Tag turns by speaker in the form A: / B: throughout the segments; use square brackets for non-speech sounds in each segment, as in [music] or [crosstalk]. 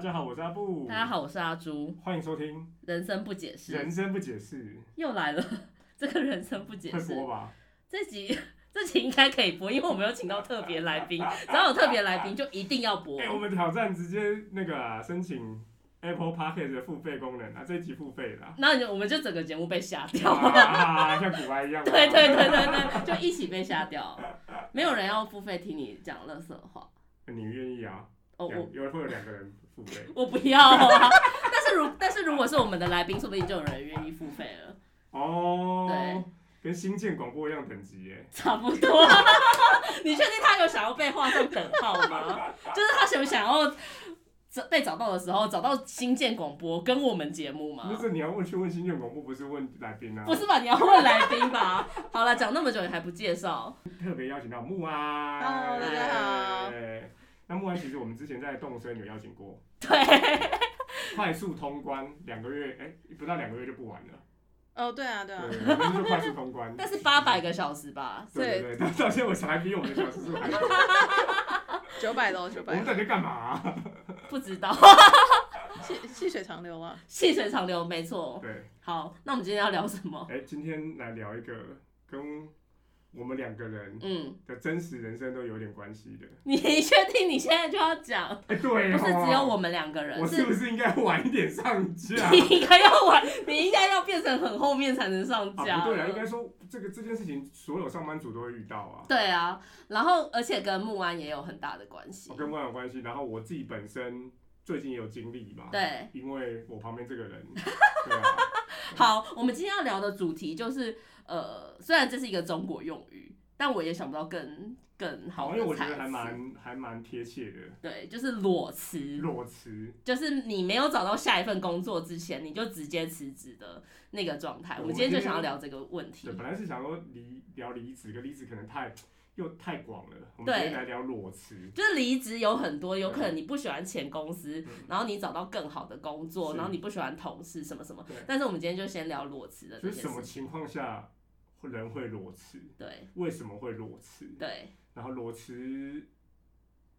A: 家好，我是阿布，
B: 大家好，我是阿朱，
A: 欢迎收听
B: 人生不解
A: 《人
B: 释
A: 生不解释
B: 又来了，这个人生不》，解
A: 会
B: 释
A: 播吧？
B: 这集这集应该可以播，因为我们有请到特别来
A: [laughs]
B: 宾，只要有特别来宾就一定要播，
A: 哎、。我们挑战直接那个、啊、申请 Apple Podcast 的付费功能啊，这一集付费啦
B: 那就我们就整个节目被下掉了，
A: 啊，像古玩一样，
B: [laughs] 对对对对对，就一起被下掉，没有人要付费听你讲垃圾话。
A: 对，你愿意啊？
B: 哦，
A: 两
B: 我
A: 有会有两个人付费，
B: 我不要啊！ [laughs] 但是如但是如果是我们的来宾，说不定就有人愿意付费了，
A: 哦，
B: 对，
A: 跟新建广播一样等级耶，
B: 差不多。 [laughs] 你确定他有想要被画上等号
A: [laughs]
B: 吗？就是他想不想要找被找到的时候，找到新建广播跟我们节目吗
A: 不？是你要问去问新建广播，不是问来宾啊，
B: 不是吧？你要问来宾吧？好了，讲那么久你还不介绍，
A: 特别邀请到木安
C: Hello，大家好
A: 哎那木安其实我们之前在动森有邀请过，
B: [laughs] 对，
A: 快速通关两个月，哎、不到两个月就不玩了。
C: 哦，对啊，对啊，
A: 对，我们就快速通关。
B: 但是八百个小时吧，
A: 对对对，到到现在我小孩比我们的小时数还多。
C: 九百喽，九
A: 我
C: 百
A: 们，到底在干嘛啊、
B: 不知道， [laughs]
C: 细细水长流啊。
B: 细水长流，没错。
A: 对，
B: 好，那我们今天要聊什么？
A: 哎、今天来聊一个跟我们两个人
B: 嗯，
A: 的真实人生都有点关系的。
B: 你确定你现在就要讲？
A: 哎、对、哦，
B: 不是只有我们两个
A: 我
B: 人，
A: 是不啊是应该晚一点上
B: [laughs]
A: 架？
B: 你应该要玩，你应该要变成很后面才能上架。
A: 啊，不对啊，应该说这个这件事情，所有上班族都会遇到啊。
B: 对啊，然后而且跟木安也有很大的关系
A: 我。哦跟我有关系，然后我自己本身最近也有经历嘛，，
B: 对，
A: 因为我旁边这个
B: [laughs]
A: 人，对啊，
B: 好，我们今天要聊的主题就是，呃，虽然这是一个中国用语，但我也想不到更更
A: 哦
B: 好
A: 因
B: 的
A: 为我觉
B: 猜 [laughs]
A: 得还
B: 词。
A: 蛮还蛮贴切的。
B: 对，就是裸辞，
A: 裸
B: 嗯
A: 辞，
B: 就是你没有找到下一份工作之前，你就直接辞职的那个状态。
A: 我
B: 我
A: 们
B: 们今天就想要聊这个问题
A: 对，。本来是想说离聊离职，跟离职可能太又太广了，我们今天
B: 对嗯
A: 来聊裸辞。
B: 就是离职有很多，有可能你不喜欢前公司
A: 嗯，
B: 然后你找到更好的工作，
A: 是
B: 然后你不喜欢同事什么什么
A: 对。
B: 但是我们今天就先聊裸辞的
A: 就
B: 这
A: 是
B: 件
A: 什么
B: 事。
A: 情况下人会裸辞？
B: 对
A: 为什么会裸辞？
B: 对
A: 然后裸辞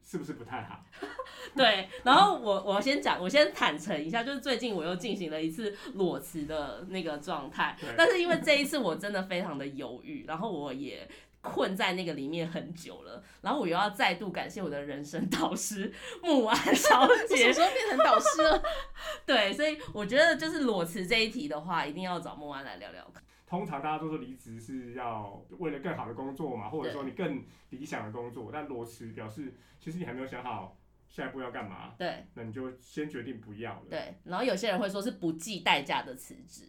A: 是不是不太好？
B: [laughs] 对，然后我我先讲，我先坦诚一下，就是最近我又进行了一次裸辞的那个状态
A: 对，
B: 但是因为这一次我真的非常的犹豫，然后我也。困在那个里面很久了，然后我又要再度感谢我的人生导师木安小
C: 你
B: 姐
C: [laughs] 什么，时候变成导师
B: [laughs]
C: 了？
B: 对，所以我觉得就是裸辞这一题的话，一定要找木安来聊聊。
A: 通常大家都说离职是要为了更好的工作嘛，或者说你更理想的工作，但裸辞表示其实你还没有想好下一步要干嘛，
B: 对
A: 那你就先决定不要了。
B: 对，然后有些人会说是不计代价的辞职，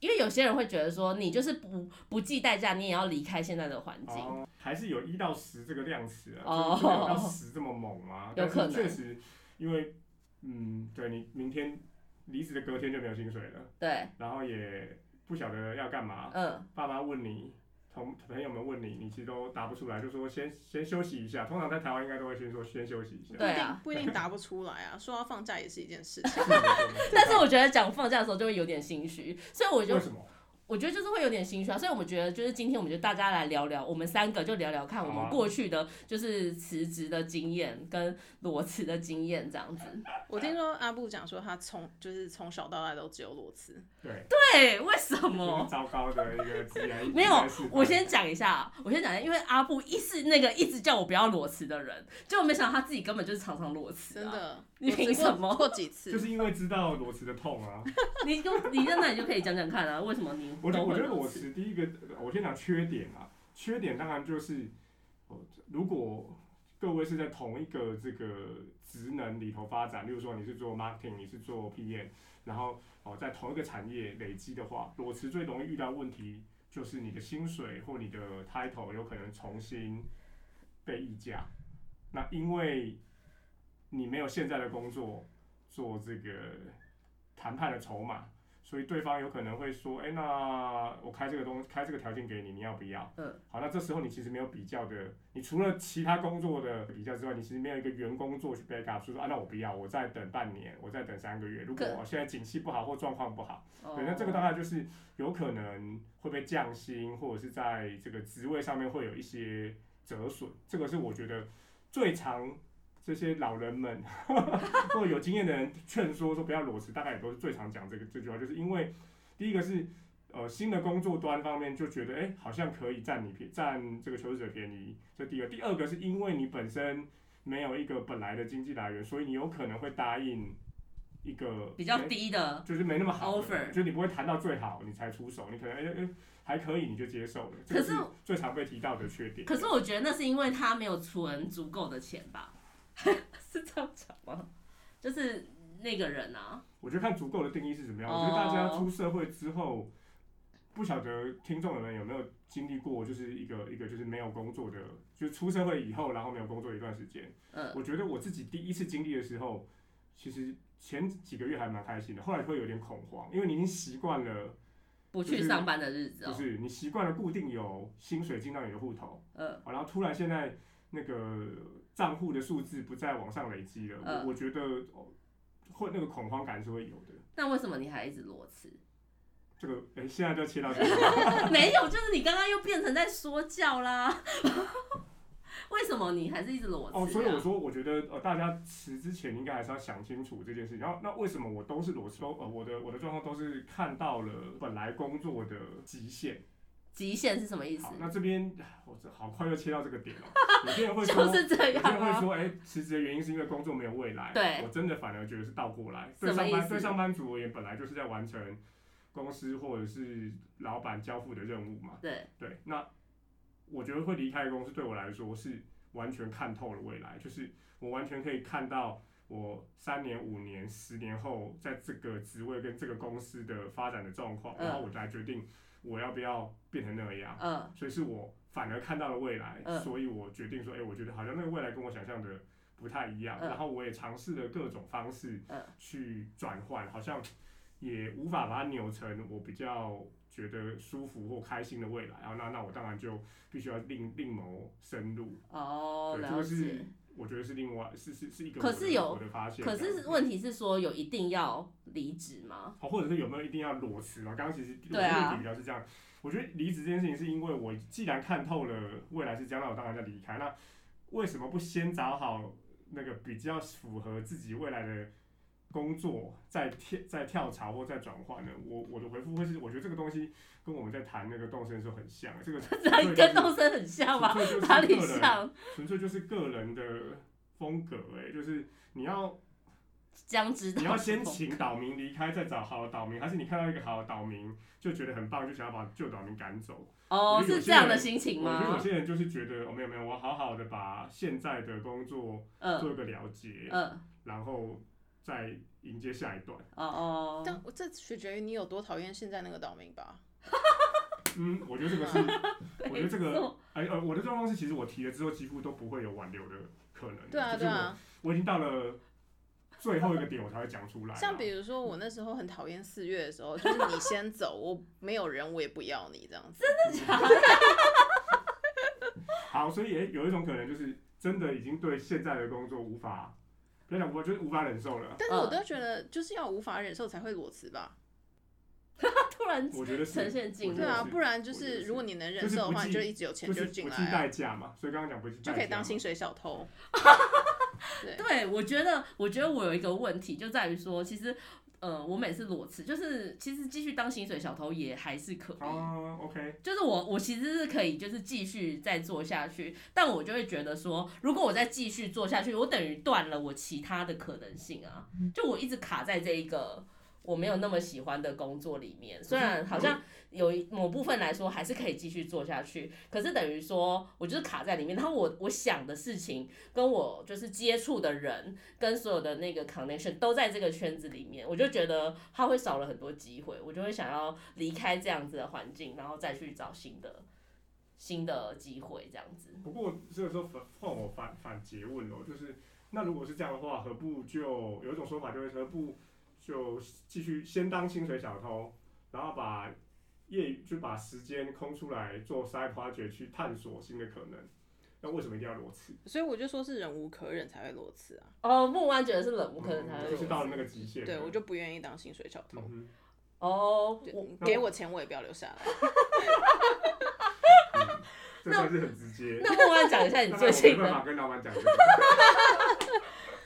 B: 因为有些人会觉得说你就是不不计代价，你也要离开现在的环境。
A: 哦，还是有一到十这个量词啊，
B: 哦
A: 就是没有到十这么猛
B: [laughs]
A: 吗？
B: 有可能
A: 但是确实，因为嗯，对你明天离职的隔天就没有薪水了，
B: 对，
A: 然后也不晓得要干嘛，
B: 嗯，
A: 爸妈问你。同朋友们问你，你其实都答不出来，就说先先休息一下。通常在台湾应该都会先说先休息一下。
B: 对啊
C: 不一定不一定答不出来啊。说要放假也是一件事
A: [laughs]
C: 情。
A: 是没错没错
B: 但是我觉得讲放假的时候就会有点心虚，所以我就
A: 为什么？
B: 我觉得就是会有点心虚啊。所以我觉得就是今天我们就大家来聊聊，我们三个就聊聊看我
A: 好
B: 们
A: 啊
B: 过去的就是辞职的经验跟裸辞的经验这样子。
C: 我听说阿布讲说他从就是从小到大都只有裸辞，
A: 对，
B: 对，为什
A: 这
B: 么
A: 是？糟糕的一个职业。
B: 没有
A: 职业示范
B: 我先讲一下，我先讲一下，因为阿布一是那个一直叫我不要裸辞的人，结果没想到他自己根本就是常常裸辞、啊。
C: 真，的。
B: 你
C: 我只
B: 凭什么
C: 过过几次
A: 就？是因为知道裸辞的痛啊。
B: 你跟你在那里就可以讲讲看啊，为什么你
A: 我觉
B: 都
A: 我
B: 会
A: 觉得
B: 裸
A: 裸
B: 辞？
A: 辞第一个，呃我先讲缺点啊。缺点当然就是，哦如果各位是在同一个这个职能里头发展，例如说你是做 marketing，你是做 PM，然后哦在同一个产业累积的话，裸辞最容易遇到问题就是你的薪水或你的 title 有可能重新被议价。那因为你没有现在的工作做这个谈判的筹码，所以对方有可能会说，哎、那我开这个东开这个条件给你，你要不要？
B: 嗯，
A: 好，那这时候你其实没有比较的，你除了其他工作的比较之外，你其实没有一个员工做去 back up，说啊，那我不要，我再等半年，我再等三个月。如果
B: 可
A: 我现在景气不好或状况不好，
B: 哦
A: 对，那这个当然就是有可能会被降薪，或者是在这个职位上面会有一些折损，这个是我觉得最常这些老人们 [laughs] 或有经验的人劝说说不要裸辞，大概也都是最常讲这个这句话，就是因为第一个是呃新的工作端方面就觉得哎、诶好像可以占你便占这个求职者便宜，这第一个。第二个是因为你本身没有一个本来的经济来源，所以你有可能会答应一个
B: 比较
A: 没
B: 低的，
A: 就是没那么好的
B: Offer
A: 就你不会谈到最好你才出手，你可能哎哎、哎还可以你就接受了，这
B: 可
A: 个
B: 是
A: 是最常被提到的缺点。
B: 可是我觉得那是因为他没有存足够的钱吧， [laughs] 是这样讲吗？就是那个人啊，
A: 我觉得看足够的定义是怎么样。我觉得
B: 哦
A: 大家出社会之后，不晓得听众们有没有经历过，就是一个一个就是没有工作的，就是出社会以后，然后没有工作一段时间。
B: 嗯，
A: 我觉得我自己第一次经历的时候，其实前几个月还蛮开心的，后来会有点恐慌，因为你已经习惯了，
B: 不去上班的日子
A: 就
B: 哦、
A: 是你习惯了固定有薪水进到你的户头，
B: 嗯，
A: 好，然后突然现在那个账户的数字不再往上累积了，
B: 嗯
A: 我我觉得哦会那个恐慌感是会有的。
B: 那为什么你还一直裸辞？ [laughs]
A: 这个哎、现在就切到这个。
B: 没有，就是你刚刚又变成在说教啦。 [laughs] 为什么你还是一直裸辞、啊？
A: 哦，所以我说，我觉得呃，大家辞之前应该还是要想清楚这件事情。然后，那为什么我都是裸辞？都呃，我的我的状况都是看到了本来工作的极限。
B: 极限是什么意思
A: 好，？那这边啊我这好快又切到这个点了、有些人会说，
B: [laughs] 就是这
A: 有些
B: 样啊
A: 人会
B: 吗？
A: 说，哎、辞职的原因是因为工作没有未来。
B: 对
A: 我真的反而觉得是倒过来。
B: 什
A: 对
B: 么
A: 上
B: 意思
A: 班对上班族而言，本来就是在完成公司或者是老板交付的任务嘛。
B: 对，
A: 对，那我觉得会离开公司对我来说是完全看透了未来，就是我完全可以看到我三年、五年、十年后在这个职位跟这个公司的发展的状况，
B: 嗯
A: 然后我来决定我要不要变成那样。
B: 嗯，
A: 所以是我反而看到了未来，
B: 嗯
A: 所以我决定说，哎、我觉得好像那个未来跟我想象的不太一样。
B: 嗯
A: 然后我也尝试了各种方式
B: 嗯
A: 去转换，好像也无法把它扭成我比较觉得舒服或开心的未来。然啊后那那我当然就必须要另另谋生路。
B: 哦，
A: 对，这
B: 了
A: 个
B: 解
A: 是。我觉得是另外是是是一个
B: 可
A: 我的
B: 是有
A: 我的发现这
B: 可
A: 样子，
B: 是问题是说有一定要离职吗？
A: 好，哦或者是有没有一定要裸辞嘛？刚刚其实我
B: 对啊
A: 的问题比较是这样，我觉得离职这件事情是因为我既然看透了未来是这样，那我当然要离开。那为什么不先找好那个比较符合自己未来的工作，再跳再跳槽或再转换呢？我我的回复会是，我觉得这个东西跟我们在谈那个动身的时候很像，这
B: [laughs]
A: 个
B: 这样跟动身很像吗？
A: 纯粹就是
B: 哪里
A: 个人
B: 像？
A: 纯粹就是个人的风格、哎，就是你要
B: 江之岛
A: 你要先请岛民离开，再找好的岛民，还是你看到一个好的岛民就觉得很棒，就想要把旧岛民赶走？
B: 哦，
A: 我觉得有些
B: 是这样的心情
A: 我觉得有
B: 吗？
A: 些人就是觉得哦，没有没有，我好好的把现在的工作
B: 嗯
A: 做一个了结，
B: 嗯
A: 然后再迎接下一段。
B: 哦哦，
C: 但我这取决于你有多讨厌现在那个岛民吧。啊
A: 嗯，我觉得这个是，
C: [laughs]
A: 我觉得这
B: 没
A: 个
B: 错，
A: 哎呃，我的状况是，其实我提了之后几乎都不会有挽留的可能。
C: 对啊，
A: 就是
C: 对
A: 我、
C: 啊。
A: 我已经到了最后一个点，我才会讲出来啊。
C: 像比如说我那时候很讨厌四月的时候，就是你先走，我没有人，我也不要你这样子。
A: 好，所以也有一种可能就是真的已经对现在的工作无法，不要讲无法，就是无法忍受了。
C: 但是
B: 嗯
C: 我都觉得就是要无法忍受才会裸辞吧。
B: 突然
A: 我觉得
B: 呈
A: 是，
B: 现进
A: 我
B: 入
A: 觉
C: 对
A: 得，
C: 啊，
A: 是
C: 不然就
A: 我觉得
C: 是
A: 是
C: 如果你能忍受的
A: 就是不
C: 话，
A: 计
C: 你就一直有钱
A: 就是
C: 进
A: 不计
C: 来啊，
A: 代价嘛，所以刚刚讲不计代价
C: 就
A: 嘛，
C: 可以当薪水小偷。
B: [laughs] 对，我觉得，我觉得我有一个问题，就在于说，其实，呃，我每次裸辞，就是其实继续当薪水小偷也还是可以，
A: 哦，OK，
B: 就是我我其实是可以，就是继续再做下去，但我就会觉得说，如果我再继续做下去，我等于断了我其他的可能性啊，就我一直卡在这一个。我没有那么喜欢的工作里面，虽然好像有一某部分来说还是可以继续做下去，可是等于说我就是卡在里面。然后我我想的事情跟我就是接触的人跟所有的那个 connection 都在这个圈子里面，我就觉得他会少了很多机会，我就会想要离开这样子的环境，然后再去找新的新的机会，这样子。
A: 不过这个时候反换我反反诘问哦，就是那如果是这样的话，何不就有一种说法就是何不就继续先当薪水小偷，然后把业余就把时间空出来做 side project 去探索新的可能，那为什么一定要裸辞？
C: 所以我就说是忍无可忍才会裸辞啊。
B: 哦，木湾觉得是冷无可能才
A: 嗯
B: 会
A: 就是到了
B: 裸
A: 那
B: 辞。
A: 个极限了。
C: 对，我就不愿意当薪水小偷
A: 啊嗯。哼
B: 哦，
C: 对
B: 我
C: 你给我钱我也不要留下来。
A: 这算是很直接。
B: 那木湾讲一下你
A: 当然我
B: 最
A: [laughs]
B: 近
A: 没办
B: 的， [laughs]
A: 法跟老板讲这个。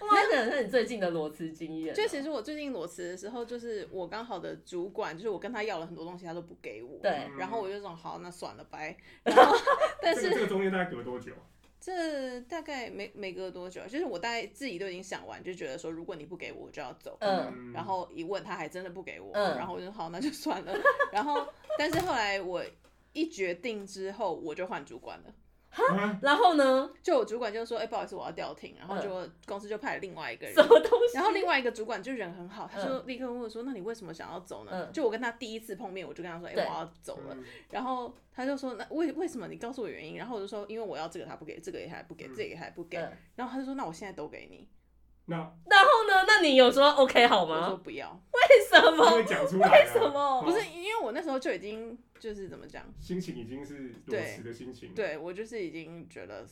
B: 这可能是你最近的裸辞经验哦。
C: 就其实我最近裸辞的时候，就是我刚好的主管，就是我跟他要了很多东西，他都不给我。
B: 对
C: 然后我就说好，那算了，拜。然后，但
A: 这个这
C: 是
A: 个中间大概隔多久？
C: 这大概没没隔多久，啊就是我大概自己都已经想完，就觉得说，如果你不给我，我就要走。
B: 嗯
C: 然后一问他还真的不给我，
B: 嗯
C: 然后我就好那就算了。然后，但是后来我一决定之后，我就换主管了。
A: 啊
B: 然后呢？
C: 就我主管就说，哎、不好意思，我要调停，然后就、公司就派了另外一个人
B: 嗯什。么东西？嗯
C: 然后另外一个主管就人很好，他就立刻问我说：“那你为什么想要走呢？”
B: 嗯
C: 就我跟他第一次碰面，我就跟他说：“哎、
B: 对嗯
C: 我要走了。然后他就说：“那为为什么你告诉我原因？”然后我就说：“因为我要这个他不给，这个也还不给，
A: 嗯
C: 这个也还不给。
B: 嗯
C: 然后他就说：“那我现在都给你。 [laughs]
A: 那
B: 然后呢？那你有说 OK 好
C: 我说
B: 吗？
C: 不要，
B: 为什
A: 因
B: 么？
A: 为讲出来了
B: 为什么
A: 哦
C: 不是因为我那时候就已经就是怎么讲，
A: 心情已经是裸辞的心
B: 嗯
A: 情，，
C: 对我就是已经觉得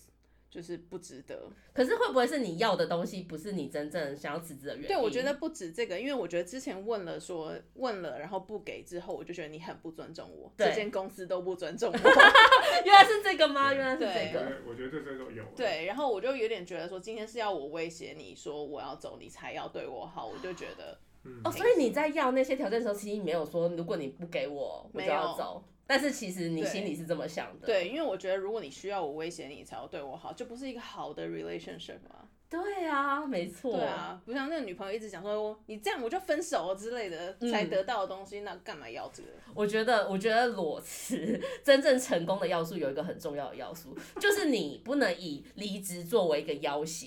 C: 就是不值得。
B: 可是会不会是你要的东西不是你真正想要辞职的原因？
C: 对，我觉得不止这个，因为我觉得之前问了说问了，然后不给之后，我就觉得你很不尊重我，
B: 对
C: 这间公司都不
B: [laughs]
C: 尊重我。
B: 原来是这个吗？
A: 对
B: 原来是这
A: 我觉
B: 个。
A: 得我觉得这这都有，
C: 对，然后我就有点觉得说，今天是要我威胁你说我要走，你才要对我好，我就觉
B: [sighs]
C: 得
A: 嗯，
B: 哦，所以你在要那些条件的时候，其实你没有说，如果你不给我，我就
C: 没
B: 要
C: 有
B: 走。但是其实你
C: 对
B: 心里是这么想的。
C: 对，因为我觉得如果你需要我威胁你才要对我好，就不是一个好的 relationship 啊。
B: 对啊，没错。
C: 对啊，不像那个女朋友一直讲说你这样我就分手了之类的，才
B: 嗯
C: 得到的东西，那干嘛要这个？
B: 我觉得，我觉得裸辞 [laughs] 真正成功的要素有一个很重要的要素，就是你不能以离职作为一个要挟，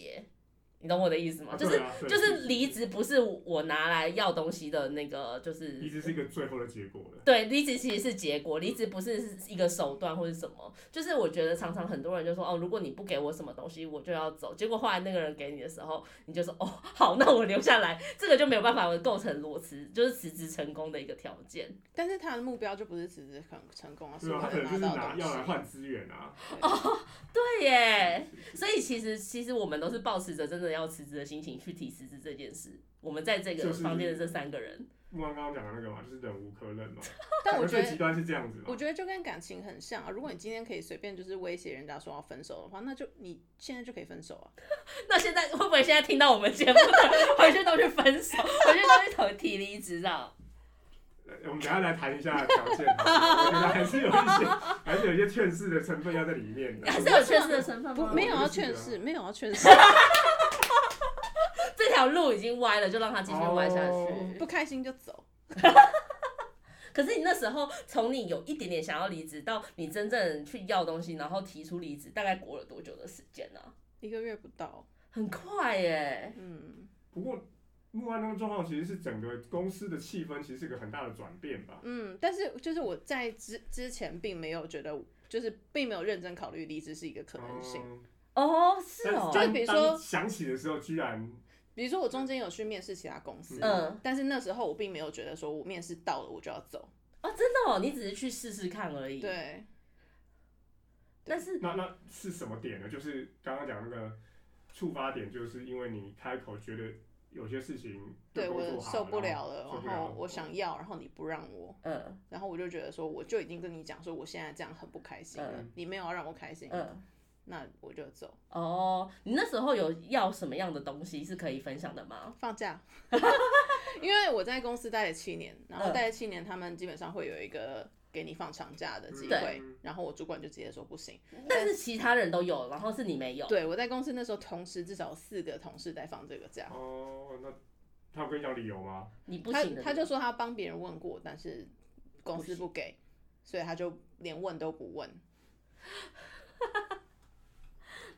B: 你懂我的意思吗？
A: 啊
B: 就是
A: 对啊对
B: 就是离职不是我拿来要东西的那个，就
A: 离职
B: 是
A: 是一个最后的结果了，
B: 对离职其实是结果，离职不是是一个手段或是什么。就是我觉得常常很多人就说哦，如果你不给我什么东西，我就要走。结果后来那个人给你的时候，你就说哦好，那我留下来，这个就没有办法构成裸辞，就是辞职成功的一个条件。
C: 但是他的目标就不是辞职成成功啊，
A: 对
C: 是
A: 啊，他
C: 我
A: 可能就
C: 能
A: 是
C: 拿
A: 拿
C: 到的
A: 要来
C: 东西。哦
A: 换资源啊， [laughs]
B: 对耶。
C: 哎
A: 是是
B: 所以其实其实我们都是抱持着真的要辞职的心情去提辞职这件事。我们在这个
A: 就是
B: 房间的这三个人，
A: 木刚刚讲的那个嘛，就是忍无可忍嘛，
C: 但我
A: 可能
C: 觉
A: 最极
C: 得。
A: 端是这样子嘛
C: 我，觉得就跟感情很像啊！如果你今天可以随便就是威胁人家说要分手的话，那就你现在就可以分手啊！
B: 那现在会不会现在听到我们节目的回去都去分手，回去都去投提离职啊？
A: 呃我们等一下来谈一下条件，我觉得还是有一些还是有一些劝世的成分要在里面的
B: 还，是有确实的成分
C: 不
B: 吗？，
C: 没有
A: 就
C: 要
A: 是
C: 劝
A: 啊
C: 世，没有要劝世，
B: 这条路已经歪了，就让它继续歪下去。
A: 哦
C: 不开心就走。
B: 可是你那时候从你有一点点想要离职到你真正去要东西，然后提出离职，大概过了多久的时间呢、
C: 一个月不到，
B: 很快耶！
C: 嗯
A: 不过。木安那个状况其实是整个公司的气氛，其实是一个很大的转变吧。
C: 嗯，但是就是我在之之前并没有觉得，就是并没有认真考虑离职是一个可能性。
A: 嗯
B: 哦，是
A: 但
B: 哦，
C: 就是比如
A: 当
C: 说
A: 当想起的时候，居然
C: 比如说我中间有去面试其他公司，
B: 嗯，
C: 但是那时候我并没有觉得说我面试到了我就要走，
B: 哦，真的哦，你只是去试试看而已。，
C: 对，
B: 但是
A: 那那是什么点呢？就是刚刚讲那个触发点，就是因为你开口觉得有些事情
C: 对
A: 工
C: 我
A: 作好
C: 受不了了，
A: 受不
C: 然
A: 了
C: 后我想要，然后你不让我，
B: 嗯
C: 然后我就觉得说我就已经跟你讲说我现在这样很不开心了，
A: 嗯
C: 你没有要让我开心，
B: 嗯，
C: 那我就走，
B: 哦，你那时候有要什么样的东西是可以分享的吗？
C: 放假。 [laughs] 因为我在公司待了七年，然后
B: 嗯
C: 待了七年，他们基本上会有一个给你放长假的机
A: 嗯
C: 会
A: 对，
C: 然后我主管就直接说不行。
B: 但是其他人都有，然后是你没有。
C: 对我在公司那时候，同时至少有四个同事在放这个假，
A: 哦，那他有跟你讲理由吗？
B: 你不
C: 他
B: 行的。
C: 他就说他帮别人问过，但是公司不给，所以他就连问都不问。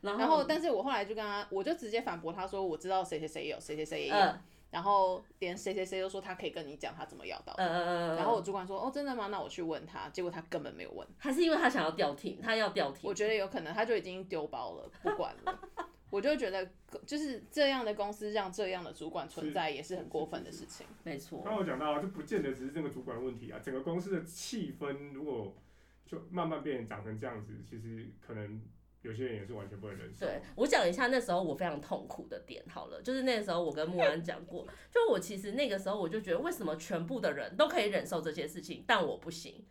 B: 然
C: 然后，但是我后来就跟他，我就直接反驳他说，我知道谁谁谁有，谁谁谁也有，
B: 嗯
C: 然后连谁谁谁都说他可以跟你讲他怎么要到
B: 嗯。嗯嗯，
C: 然后我主管说，哦，真的吗？那我去问他，结果他根本没有问。
B: 还是因为他想要调停，他要调停
C: 我。觉得有可能他就已经丢包了，不管了。我就觉得，就是这样的公司让这样的主管存在，也是很过分的事情。
B: 没错
A: 刚，刚我讲到啊，这不见得只是这个主管的问题啊，整个公司的气氛如果就慢慢变长成这样子，其实可能有些人也是完全不能忍受。
B: 对我讲一下那时候我非常痛苦的点好了，就是那时候我跟木安讲过，就我其实那个时候我就觉得为什么全部的人都可以忍受这些事情，但我不行。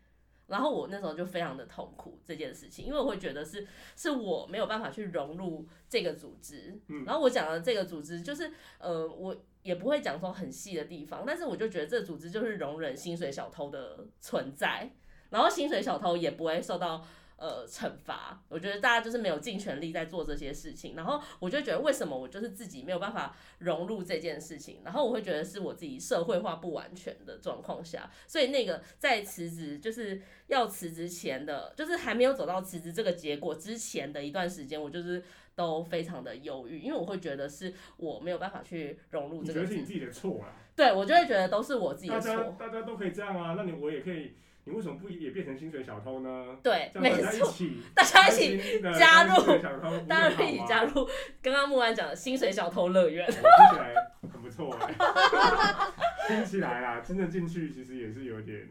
B: 然后我那时候就非常的痛苦这件事情，因为我会觉得是是我没有办法去融入这个组织。
A: 嗯
B: 然后我讲的这个组织就是，呃，我也不会讲说很细的地方，但是我就觉得这组织就是容忍薪水小偷的存在，然后薪水小偷也不会受到。呃，惩罚，我觉得大家就是没有尽全力在做这些事情，然后我就觉得为什么我就是自己没有办法融入这件事情，然后我会觉得是我自己社会化不完全的状况下，所以那个在辞职就是要辞职前的，就是还没有走到辞职这个结果之前的一段时间，我就是都非常的忧郁，因为我会觉得是我没有办法去融入
A: 你
B: 这
A: 觉
B: 个
A: 得是你
B: 组织，
A: 自己的错啊？
B: 对我就会觉得都是我自己
A: 大
B: 的
A: 家
B: 错，
A: 大家都可以这样啊，那你我也可以，你为什么不也变成薪水小偷呢？
B: 对，
A: 这
B: 没
A: 样大家一
B: 错，
A: 起，
B: 大家一起
A: 起
B: 加入
A: 小偷，
B: 大家一起加
A: 入，
B: 入刚刚木安讲的薪水小偷乐园
A: 我。听起来很不错哎、听起来啊，真正进去其实也是有点，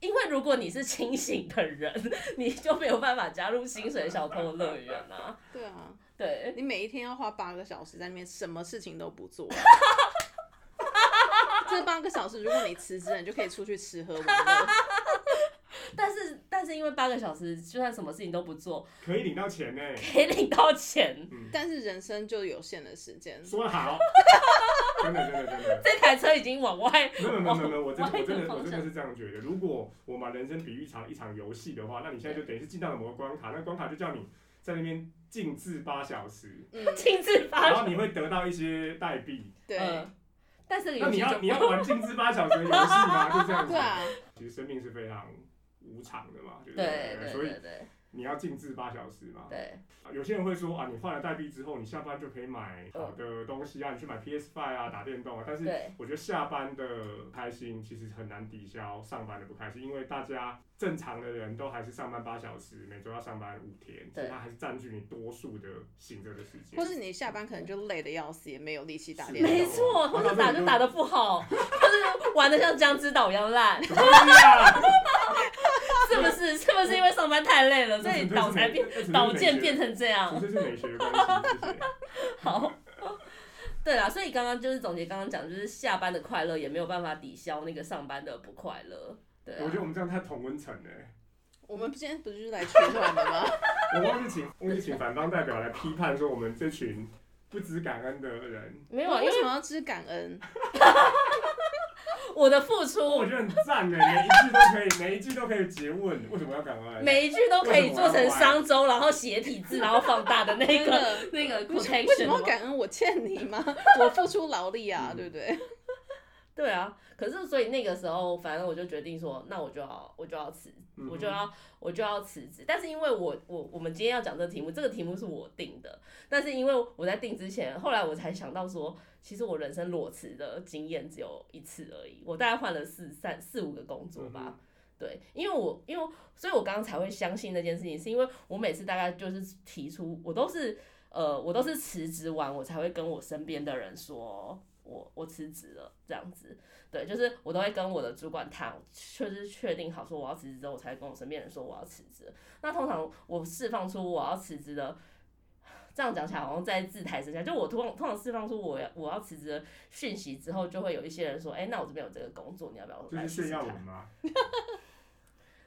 B: 因为如果你是清醒的人，你就没有办法加入薪水小偷乐园啊。
C: 对啊，
B: 对，
C: 你每一天要花八个小时在那边什么事情都不做。 [laughs] 这八个小时，如果你辞职了，你就可以出去吃喝玩乐。 [laughs]
B: 但是但是因为八个小时，就算什么事情都不做，
A: 可以领到钱呢、
B: 可以领到钱。
A: 嗯，
C: 但是人生就有限的时间，
A: 说得好，真的真的真的。
B: 这台车已经往外，
A: 没有没有没有没有，我真
B: 往
A: 的我
B: 歪的
A: 真的我
B: 方
A: 真
B: 向
A: 的是这样觉得。如果我把人生比喻成一场游戏的话，那你现在就等于是进到了某个关卡，那个关卡就叫你在那边静置八小时，
B: [laughs]
C: 嗯，
B: 亲自
A: 然
B: 发。
A: 后你会得到一些代币。
C: 对，
B: 嗯但是这个
A: 那
B: 游
A: 你
B: 戏
A: 要
B: 就
A: 你要玩静置八小时的游戏吗？就这样子
C: 对。啊，
B: 嗯
A: 其实生命是非常无常的嘛，对不
B: 对对
A: 所以
B: 对对
A: 你要静置八小时嘛。
B: 对，
A: 有些人会说啊，你换了代币之后，你下班就可以买好的东西啊，你去买 PS Five 啊，打电动啊。但是
B: 嗯对
A: 我觉得下班的开心其实很难抵消上班的不开心，因为大家正常的人都还是上班八小时，每周要上班五天，所以
B: 对
A: 它还是占据你多数的醒着的时间
C: 或。是你下班可能就累得要死，也没有力气打电
B: 没
C: 动。
B: 错，或者打就打的不好，或者玩的像僵尸岛一样烂，
A: 什么东西
B: [laughs]
A: 啊？
B: 是不是？是不是因为上班太累了，所以岛才变
A: 变
B: 岛建变啊成这样？
A: 纯粹是美学关系，谢谢。
B: 好，对啦，所以刚刚就是总结刚刚讲，就是下班的快乐也没有办法抵消那个上班的不快乐。对、啊，
A: 我觉得我们这样太同温层了欸。
C: 我们今天不是就是来取暖的吗？
A: 我忘记请忘记请反方代表来批判说我们这群不知感恩的人，
B: [laughs] 没有啊，因
C: 为
B: 为
C: 什么要知感恩？
B: 我的付
A: 哦我觉
B: 出
A: 得很赞的，每一句都可以，每一句都可以诘问为什么要感恩。
B: 每一句都可以做成商周，然后斜体字，然后放大的那
C: 真
B: 个
C: 的
B: 那个
C: 为什么为什
B: quotation
C: 么要
B: 吗
C: 感恩？我欠你
B: [laughs]
C: 吗？我付出劳力啊，
A: 嗯
C: 对不对？
B: 对啊，可是所以那个时候，反正我就决定说，那我就要我就要辞
A: 嗯哼
B: 我就要我就要辞职。但是因为我我我们今天要讲这个题目，这个题目是我定的，但是因为我在定之前，后来我才想到说，其实我人生裸辞的经验只有一次而已，我大概换了四三四五个工作吧。
A: 嗯哼
B: 对，因为我因为所以，我刚刚才会相信那件事情，是因为我每次大概就是提出，我都是呃，我都是辞职完，我才会跟我身边的人说，我我辞职了这样子。对，就是我都会跟我的主管谈，就是确定好说我要辞职之后，我才跟我身边人说我要辞职。那通常我释放出我要辞职的，这样讲起来好像在自抬身价。就我通常通常释放出我要我要辞职的讯息之后，就会有一些人说，哎、那我这边有这个工作，你要不要
A: 就
B: 来
A: 是
B: 试
A: 炫
B: 试
A: 耀
B: 看
A: 文？嘛，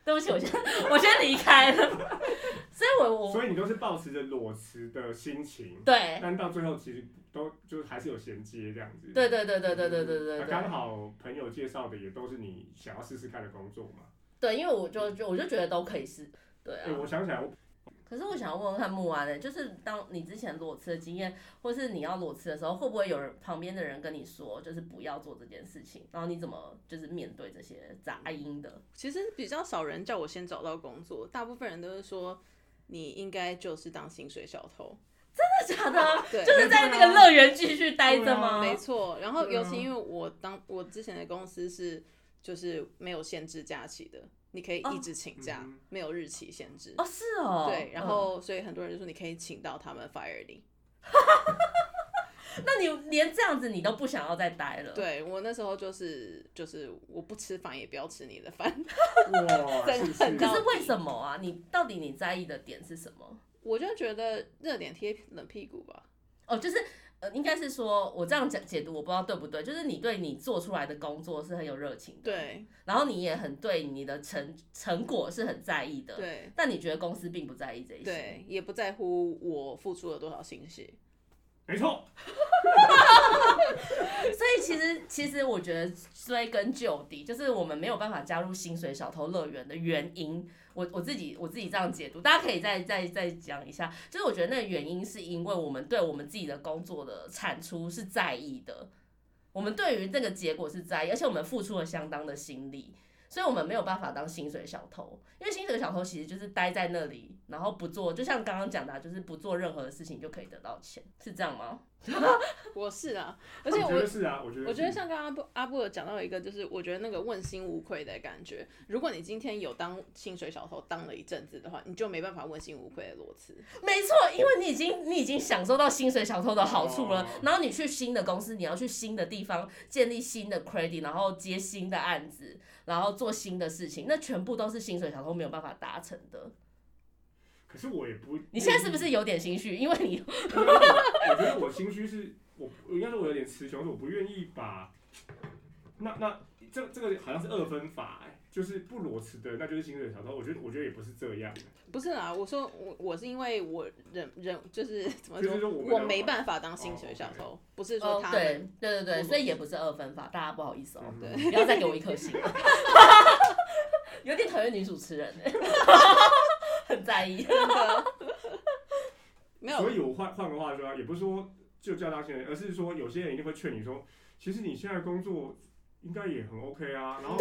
B: 对不起，我先我先离开了。 [laughs] 所以我我
A: 所以你都是保持着裸辞的心情，
B: 对
A: 但到最后其实都就是还是有衔接这样子。
B: 对对对对对对对对
A: 那
B: 对
A: 刚好朋友介绍的也都是你想要试试看的工作嘛。
B: 对，因为我就就我就觉得都可以试，对啊。
A: 哎，我想起
B: [laughs]
A: 来，我
B: 可是我想要问问看木安呢、就是当你之前裸辞的经验，或是你要裸辞的时候，会不会有人旁边的人跟你说，就是不要做这件事情，然后你怎么就是面对这些杂音的？ [laughs]
C: 其实比较少人叫我先找到工作，大部分人都是说你应该就是当薪水小偷。
B: 真的假的？
C: 对，
B: 就是在那个乐园继续待着吗？嗯
C: 没错。然后
A: 对啊
C: 尤其因为我当我之前的公司是就是没有限制假期的，你可以一直请假，
A: 嗯
C: 没有日期限制。
B: 哦，是哦。
C: 对，然后所以很多人就说你可以请到他们 fire 你。
B: 嗯、那你连这样子你都不想要再待了？，
C: 对我那时候就是就是我不吃饭也不要吃你的饭， [laughs]
A: 哇，
C: 真
A: 是
C: 的
A: 不
C: 很
B: 可
A: 是
C: 高
B: 是为什么啊？你到底你在意的点是什么？
C: 我就觉得热脸贴冷屁股吧。
B: 哦，就是呃，应该是说我这样讲解读，我不知道对不对，就是你对你做出来的工作是很有热情的，，
C: 对
B: 然后你也很对你的成成果是很在意的，，
A: 嗯
C: 对
B: 但你觉得公司并不在意这一些，
C: 对，也不在乎我付出了多少心血。
A: 没错，
B: 所以其实其实我觉得追根究底，就是我们没有办法加入薪水小偷乐园的原因。我我自己我自己这样解读，大家可以再再再讲一下。就是我觉得那个原因是因为我们对我们自己的工作的产出是在意的，我们对于这个结果是在意，而且我们付出了相当的心力。所以我们没有办法当薪水小偷，因为薪水小偷其实就是待在那里，然后不做，就像刚刚讲的啊、就是不做任何的事情就可以得到钱，是这样吗？
C: 我是啊，
A: [laughs]
C: 而
A: 我
C: 且
A: 觉
C: 我
A: 得是啊，我觉得
C: 我觉得
A: 是
C: 像刚刚阿布阿布有讲到一个，就是我觉得那个问心无愧的感觉。如果你今天有当薪水小偷当了一阵子的话，你就没办法问心无愧的裸辞。
B: 没错，因为你已经你已经享受到薪水小偷的好处了
A: 哦，
B: 然后你去新的公司，你要去新的地方建立新的 credit，然后接新的案子，然后做新的事情，那全部都是薪水小偷没有办法达成的。
A: 可是我也不，
B: 你现在是不是有点心虚？因为你
A: 因为
C: 嗯
A: 我我觉得我心虚是，我我应该说我有点词穷，是我不愿意把那那这这个好像是二分法、哎，就是不裸辞的，那就是薪水小偷。我觉得我觉得也不是这样，
C: 不是啊啦，我说我我是因为我忍忍就是 [laughs] 怎么
A: 就
C: 说，
A: 是说我们
C: 我
A: 的
C: 没办法当薪水小偷，不是说
B: 哦
C: 他，们。 [laughs]
B: 对对对对，
C: 不
B: 所以也不是二分法，大家不好意
C: [laughs]
B: 思哦，
A: 对
B: [laughs] 不要再给我一颗星，啊 [laughs] 有点讨厌女主持人哎、 [laughs] 很在意。
A: 啊
C: 没有
A: 所以我换换个话说啊，也不是说就叫他现在，而呃是说有些人一定会劝你说，其实你现在工作应该也很 OK 啊，然后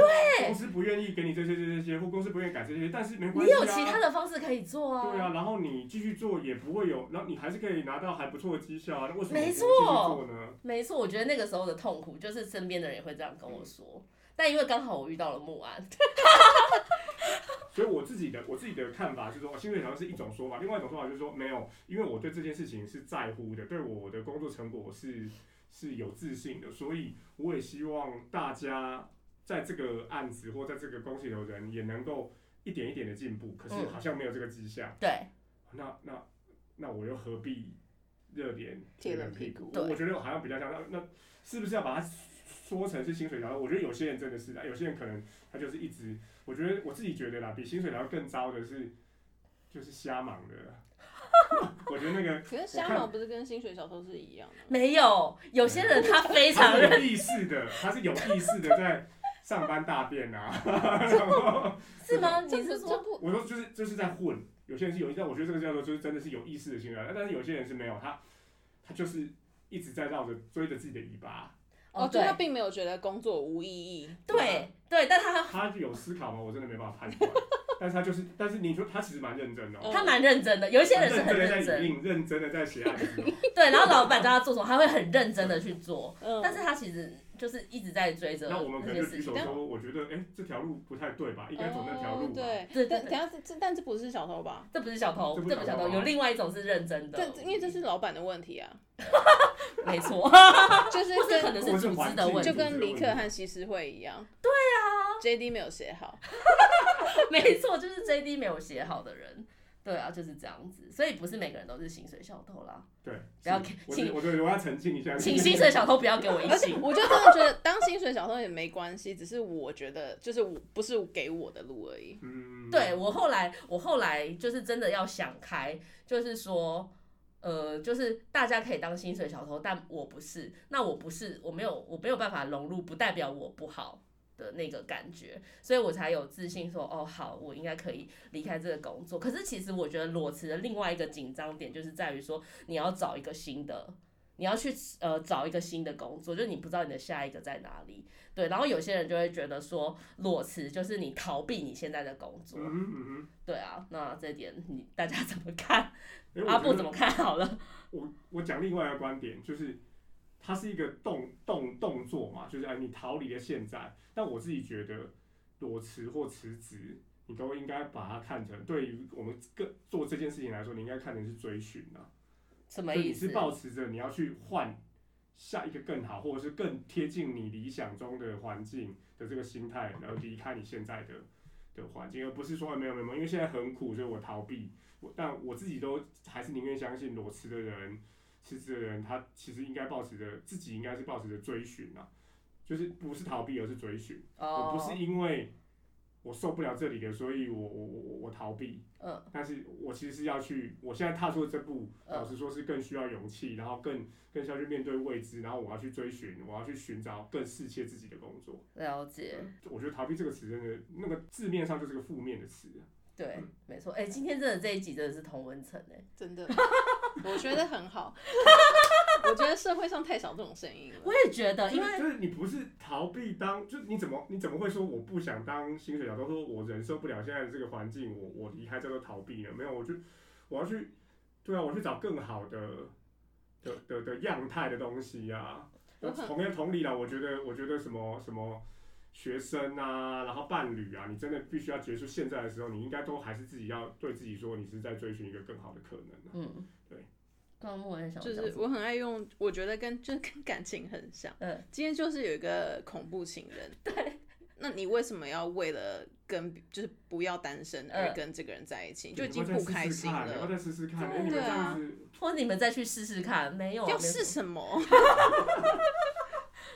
A: 公司不愿意给你这些这些这些，或公司不愿意改这些，但是没
B: 你
A: 关系
B: 有其他
A: 啊。
B: 的方式可以做啊。
A: 对啊，然后你继续做也不会有，然后你还是可以拿到还不错的绩效啊。那为什么
B: 没
A: 不继续
B: 错
A: 做呢？
B: 没错，我觉得那个时候的痛苦，就是身边的人也会这样
A: 嗯
B: 跟我说。但因为刚好我遇到了木安，
A: 所以我自己的我自己的看法是说，薪水条是一种说法，另外一种说法就是说没有，因为我对这件事情是在乎的，对我的工作成果是是有自信的，所以我也希望大家在这个案子或在这个公司里的人也能够一点一点的进步，可是
B: 嗯
A: 好像没有这个迹象，
B: 对
A: 那那那我又何必热脸
C: 贴冷
A: 冷
C: 屁
A: 股？
B: 对
A: 我觉得我好像比较像那那是不是要把它说成是薪水条？我觉得有些人真的是，啊有些人可能他就是一直，我觉得我自己觉得啦，比薪水条更糟的是就是瞎忙的。 [laughs] 我觉得那个
C: 可是瞎
A: 嗯
C: 忙不是跟薪水小偷是一样的吗？
B: 没有有些人他非
A: 他
B: 常
A: 是有
B: 认，
A: 意识的，他是有意识的在上班大便啊。 [laughs] 然后
B: 是
A: [laughs]
B: 吗？
C: 这
B: 你
C: 不
B: 是
C: 这
B: 说哦
C: 不
A: 我说就是就是在混，有些人是有意，但我觉得这个叫做就是真的是有意识的行为，啊但是有些人是没有，他他就是一直在绕着追着自己的尾巴，
C: 哦，就
B: 对
C: 他并没有觉得工作无意义。
B: 对对，但他
A: 他有思考吗？我真的没办法判断， [laughs] 但是他就是，但是你说他其实蛮认真的、哦。
B: 他蛮认真的，有一些人是
A: 认
B: 很
A: 真的
B: 认
A: 在
B: 真，
A: 引领，认真的在写案子哦，
B: [laughs] 对，
A: [laughs]
B: 然后老板叫他做什么，他会很认真的去做，
C: 嗯，
B: 但是他其实就是一直在追着
A: 那我们可能
B: 那些
A: 就
B: 事
A: 举手
B: 情。
A: 说，我觉得哎、这条路不太对吧，应该走那条
C: 哦
A: 路吧。
C: 对，
B: 对对
C: 但
B: 对
C: 等下这这但这不是小偷吧？
B: 这不是小偷，
A: 这不
B: 这
A: 是
B: 不是
A: 小
B: 小
A: 偷
B: 偷，
A: 啊
B: 有另外一种是认真
C: 这
B: 的，
C: 因为这是老板的问题啊，
A: [laughs]
B: 没错，
C: 就是
B: 或是可
C: 跟
A: 或
B: 能是
A: 是
B: 组织
A: 环
B: 的
A: 境
B: 问
C: 就
B: 题，
C: 跟尼克和西施会一样。对啊，JD 没有写好。
B: 没错，就是 JD 没有写好的人，对啊，就是这样子，所以不是每个人都是薪水小偷啦，
A: 对，
B: 不要
A: 是
B: 请
A: 我觉得我觉得我要澄清一下，
B: 请薪水小偷不要给我一
C: 而 [laughs] 且
B: 星。
C: 我就真的觉得当薪水小偷也没关系，只是我觉得就是我不是给我的路而已。
A: 嗯，
B: 对我后来，我后来就是真的要想开，就是说，呃，就是大家可以当薪水小偷，但我不是，那我不是，我没有，我没有办法融入，不代表我不好的那个感觉，所以我才有自信说，哦，好，我应该可以离开这个工作。可是其实我觉得裸辞的另外一个紧张点就是在于说，你要找一个新的。你要去呃找一个新的工作，就是你不知道你的下一个在哪里，对。然后有些人就会觉得说裸辞就是你逃避你现在的工作，
A: 嗯哼嗯哼。
B: 对啊，那这点你大家怎么看？
A: 哎我
B: 阿
A: 觉
B: 布
A: 得
B: 怎么看好了？
A: 我我讲另外一个观点，就是它是一个动动动作嘛，就是哎，你逃离了现在。但我自己觉得裸辞或辞职，你都应该把它看成，对于我们个做这件事情来说，你应该看成是追寻啊。
B: 什
A: 所
B: 么
A: 以
B: 意
A: 你是
B: 思？
A: 保持着你要去换下一个更好，或者是更贴近你理想中的环境的这个心态，然后离开你现在的的环境，而不是说、哎没有没有没有，因为现在很苦，所以我逃避。我但我自己都还是宁愿相信裸辞的人辞职的人，他其实应该保持着自己应该是保持着追寻啊，就是不是逃避，而是追寻。我
B: 哦，
A: 不是因为我受不了这里了，所以我我我我逃避，
B: 嗯
A: 但是我其实是要去，我现在踏出这步，
B: 嗯
A: 老实说是更需要勇气，然后更更需要去面对未知，然后我要去追寻，我要去寻找更适切自己的工作。
B: 了解，
A: 我觉得逃避这个词真的，那个字面上就是个负面的词啊。
B: 对，没错。哎、今天真的这一集真的是同文层哎、
C: 真的， [laughs] 我觉得很好。我觉得社会上太少这种声音了。
B: 我也觉得，因
A: 就
B: 为
A: 是就是你不是逃避当，就是你怎么你怎么会说我不想当薪水小偷，说我忍受不了现在的这个环境，我我离开叫做逃避呢？没有，我就我要去，对啊，我去找更好的的的的样态的东西啊。
C: 我很
A: 同样同理啦，我觉得我觉得什么什么学生啊，然后伴侣啊，你真的必须要结束现在的时候，你应该都还是自己要对自己说，你是在追寻一个更好的可能、啊。
B: 嗯，
A: 对。
B: 刚刚我也想
C: 就
B: 讲
C: 是
B: 什么，
C: 我很爱用，我觉得跟就跟感情很像。
B: 嗯，
C: 今天就是有一个恐怖情人，对，那你为什么要为了跟就是不要单身而
B: 嗯
C: 跟这个人在一起，
A: 你
C: 就已经
A: 要要
C: 不
A: 再
C: 开
A: 试试
C: 心
A: 看，你要不
C: 了？
A: 要再试试看？哎、你们
C: 对
A: 这
C: 啊
A: 样子。
B: 或者你们再去试试看，没有啊，
C: 要
B: 没有
C: 试什么？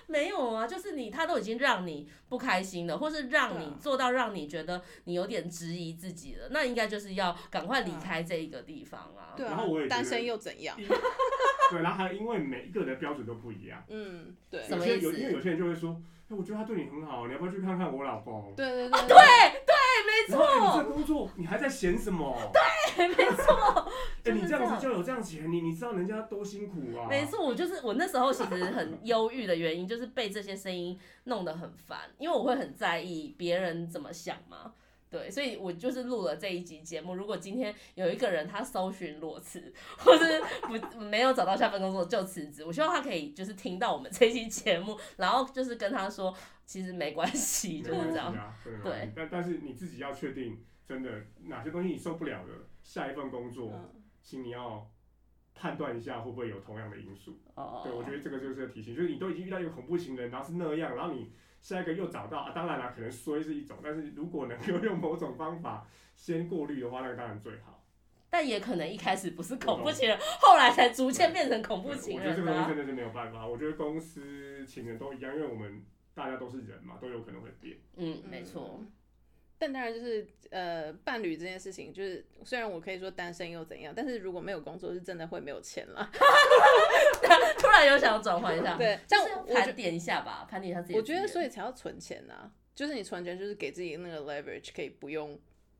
B: 没有啊，就是你他都已经让你不开心了，或是让
C: 对
B: 你
C: 啊
B: 做到让你觉得你有点质疑自己了，那应该就是要赶快离
C: 对啊
B: 开这一个地方啊。
C: 对
A: 然
C: 啊
A: 后我也觉，得
C: 单身又怎样？
A: 对，然后还有因为每一个人的标准都不一样，
C: 嗯，对，
B: 什
A: 有
B: 么
A: 些
B: 意思
A: 有因为有些人就会说，哎，我觉得他对你很好，你要不要去看看我老公？
C: 对对 [laughs] 对
B: 对，没
C: 对，
A: 然后哎你
B: 错，
A: 这工作你还在嫌什么？
B: 对，没错，
A: 哎，
B: 就
A: 你
B: 是
A: 这
B: 这
A: 样
B: 样
A: 子就有这样钱，你你知道人家多辛苦啊？
B: 没错。我就是我那时候其实很忧郁的原因，就是被这些声音弄得很烦，因为我会很在意别人怎么想嘛。对，所以我就是录了这一集节目。如果今天有一个人他搜寻裸辞，或是不没有找到下份工作就辞职，我希望他可以就是听到我们这一期节目，然后就是跟他说，其实没关
A: 没
B: 系，就是
A: 关
B: 这
A: 系
B: 样。
A: 啊，
B: 对
A: 对。但但是你自己要确定，真的哪些东西你受不了的，下一份工作，
C: 嗯
A: 请你要判断一下会不会有同样的因素。
B: 哦
A: 对，我觉得这个就是个提醒，就是你都已经遇到一个恐怖情人，然后是那样，然后你下一个又找到啊，当然啦，可能衰是一种，但是如果能够用某种方法先过滤的话，那个当然最好。
B: 但也可能一开始不是恐怖情人，后来才逐渐变成恐怖情
A: 我觉得这
B: 人
A: 个东西
B: 啊。
A: 真的是没有办法，我觉得公司情人都一样，因为我们大家都是人嘛，都有可能会变。
B: 嗯，没错。
C: 嗯。但当然就是呃，伴侣这件事情，就是虽然我可以说单身又怎样，但是如果没有工作，是真的会没有钱了。
B: [laughs] 突然有想要转换一下，
C: 对，
B: 啊就
C: 但
B: 是
C: 我我觉
B: 盘点一下吧，盘点一下自己的
C: 我
B: 资
C: 觉
B: 源。
C: 得所以才要存钱呐、就是你存钱就是给自己那个 leverage，可以不用